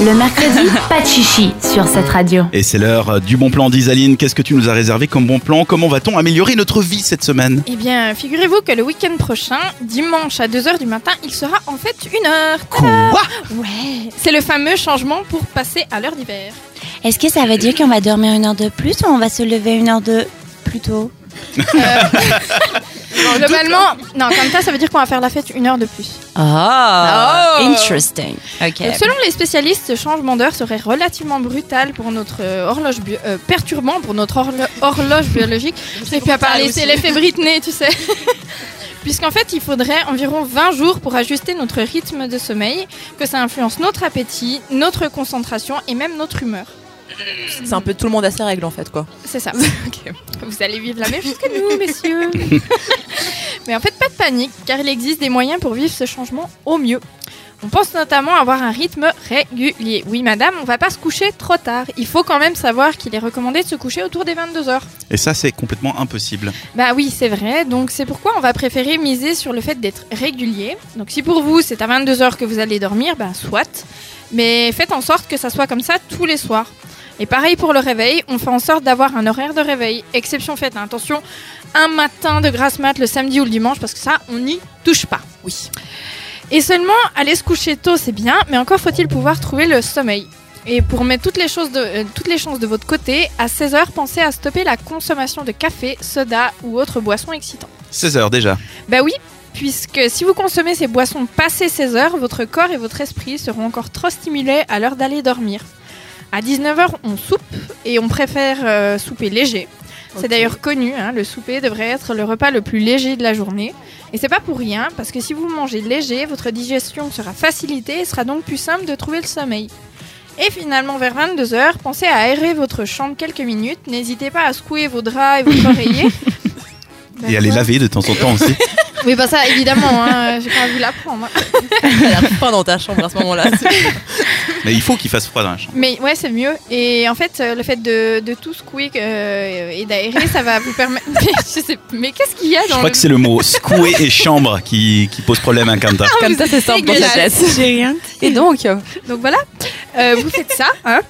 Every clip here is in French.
Le mercredi, pas de chichi sur cette radio. Et c'est l'heure euh, du bon plan d'Isaline. Qu'est-ce que tu nous as réservé comme bon plan Comment va-t-on améliorer notre vie cette semaine Eh bien, figurez-vous que le week-end prochain, dimanche à 2h du matin, il sera en fait une heure. Tadam Quoi Ouais, c'est le fameux changement pour passer à l'heure d'hiver. Est-ce que ça veut dire qu'on va dormir une heure de plus ou on va se lever une heure de plus tôt Globalement, non, comme ça, ça veut dire qu'on va faire la fête une heure de plus. Oh, Ah, Oh. interesting. Ok. Donc, selon les spécialistes, ce changement d'heure serait relativement brutal pour notre euh, horloge bio- euh, perturbant pour notre horlo- horloge biologique. Et puis à part les l'effet Britney, tu sais. Puisqu'en fait, il faudrait environ 20 jours pour ajuster notre rythme de sommeil, que ça influence notre appétit, notre concentration et même notre humeur. C'est un peu tout le monde à ses règles en fait quoi. C'est ça. Vous allez vivre la même chose que nous, messieurs. Mais en fait, pas de panique, car il existe des moyens pour vivre ce changement au mieux. On pense notamment avoir un rythme régulier. Oui, madame, on va pas se coucher trop tard. Il faut quand même savoir qu'il est recommandé de se coucher autour des 22 heures. Et ça, c'est complètement impossible. Bah oui, c'est vrai. Donc c'est pourquoi on va préférer miser sur le fait d'être régulier. Donc si pour vous c'est à 22h que vous allez dormir, bah soit. Mais faites en sorte que ça soit comme ça tous les soirs. Et pareil pour le réveil, on fait en sorte d'avoir un horaire de réveil. Exception faite, hein, attention, un matin de grasse mat le samedi ou le dimanche parce que ça, on n'y touche pas. Oui. Et seulement, aller se coucher tôt, c'est bien, mais encore faut-il pouvoir trouver le sommeil. Et pour mettre toutes les, choses de, euh, toutes les chances de votre côté, à 16h, pensez à stopper la consommation de café, soda ou autres boissons excitantes. 16 heures déjà. Bah oui, puisque si vous consommez ces boissons passé 16 heures, votre corps et votre esprit seront encore trop stimulés à l'heure d'aller dormir. À 19h, on soupe et on préfère euh, souper léger. C'est d'ailleurs connu, hein, le souper devrait être le repas le plus léger de la journée. Et c'est pas pour rien, parce que si vous mangez léger, votre digestion sera facilitée et sera donc plus simple de trouver le sommeil. Et finalement, vers 22h, pensez à aérer votre chambre quelques minutes. N'hésitez pas à secouer vos draps et votre oreiller. Bah Et à les laver de temps en temps aussi. Oui, bah ça, évidemment, hein, j'ai pas envie de l'apprendre. T'as l'air fin dans ta chambre à ce moment-là. Mais il faut qu'il fasse froid dans la chambre. Mais ouais, c'est mieux. Et en fait, euh, le fait de, de tout secouer euh, et d'aérer, ça va vous permettre. Mais, je sais- mais qu'est-ce qu'il y a Je dans crois le. que c'est le mot secouer et chambre qui, qui pose problème à Kanta. Comme ça c'est simple dans ta dégueulasse. tête. J'ai rien. Et donc Donc voilà, Euh, vous faites ça. Hein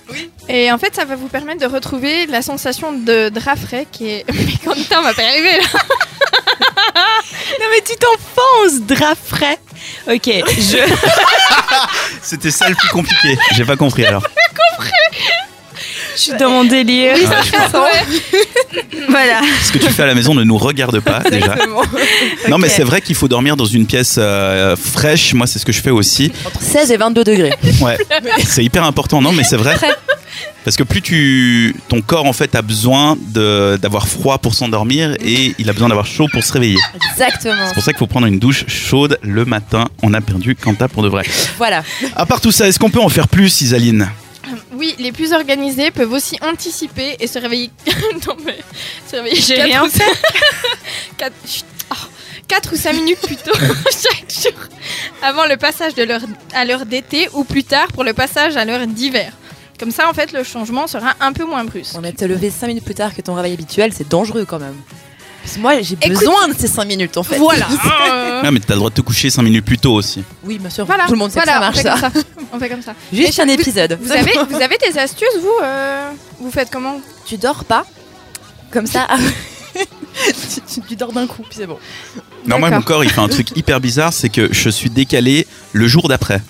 Et en fait, ça va vous permettre de retrouver la sensation de drap frais qui est. Mais quand on va pas y arriver là Non mais tu t'enfonces, drap frais. Ok, je. C'était ça le plus compliqué. J'ai pas compris alors. Je suis dans mon délire. Ah, Voilà. Ce que tu fais à la maison ne nous regarde pas déjà. Non, mais c'est vrai qu'il faut dormir dans une pièce euh, fraîche. Moi, c'est ce que je fais aussi. Entre 16 et 22 degrés. Ouais, c'est hyper important, non, mais c'est vrai. Parce que plus tu, ton corps en fait a besoin de- d'avoir froid pour s'endormir et il a besoin d'avoir chaud pour se réveiller. Exactement. C'est pour ça qu'il faut prendre une douche chaude le matin. On a perdu Quanta pour de vrai. Voilà. À part tout ça, est-ce qu'on peut en faire plus, Isaline Oui, les plus organisés peuvent aussi anticiper et se réveiller. non, mais. Se réveiller. J'ai quatre rien ou cinq- quatre... chut, oh, quatre ou 5 minutes plus tôt chaque jour avant le passage de l'heure à l'heure d'été ou plus tard pour le passage à l'heure d'hiver. Comme ça, en fait, le changement sera un peu moins brusque. On est levé 5 minutes plus tard que ton réveil habituel, c'est dangereux quand même. Parce que moi j'ai Écoute- besoin de ces 5 minutes en fait. Voilà. Euh, Ah, mais t'as le droit de te coucher 5 minutes plus tôt aussi. Oui bien sûr. voilà. Tout le monde sait voilà, que on ça fait marche ça. comme ça. On fait comme ça. Juste Mais un vous- épisode. Vous avez, vous avez des astuces, vous euh, Vous faites comment tu dors pas comme ça. ah, tu, tu- tu dors d'un coup puis c'est bon. Non, moi, mon D'accord. corps, il fait un truc hyper bizarre, c'est que je suis décalé le jour d'après.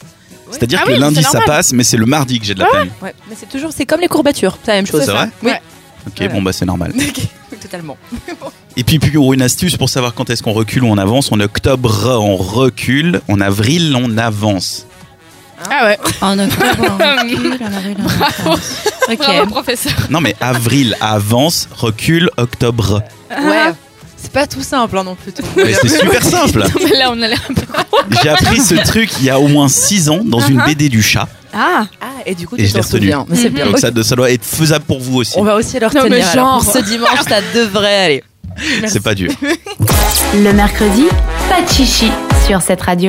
C'est-à-dire Ah que oui, mais lundi c'est ça normal. passe, mais c'est le mardi que j'ai de la peine. Ouais. Mais c'est toujours c'est comme les courbatures, c'est la même chose. C'est vrai Oui. Ouais. Ok, Voilà. bon bah c'est normal. Oui, Totalement. Et puis pour une astuce pour savoir quand est-ce qu'on recule ou on avance, en octobre on recule, en avril on avance. Ah ouais. En octobre, on recule, en avril, on avance. Bravo, Ok. professeur. Non mais avril avance, recule, octobre. Ouais. C'est pas tout simple hein, non plus. tout. Mais c'est super simple. Mais là, on a l'air. J'ai appris ce truc il y a au moins 6 ans dans une Uh-huh. BD du chat. Ah. Ah et du coup Et tu je l'ai t'en retenu. souviens. Mais c'est Mhm. bien. Donc Ok. ça, ça doit être faisable pour vous aussi. On va aussi leur Non, mais tenir alors, genre. pour ce dimanche ça devrait aller. C'est pas dur. Le mercredi, pas de chichi sur cette radio.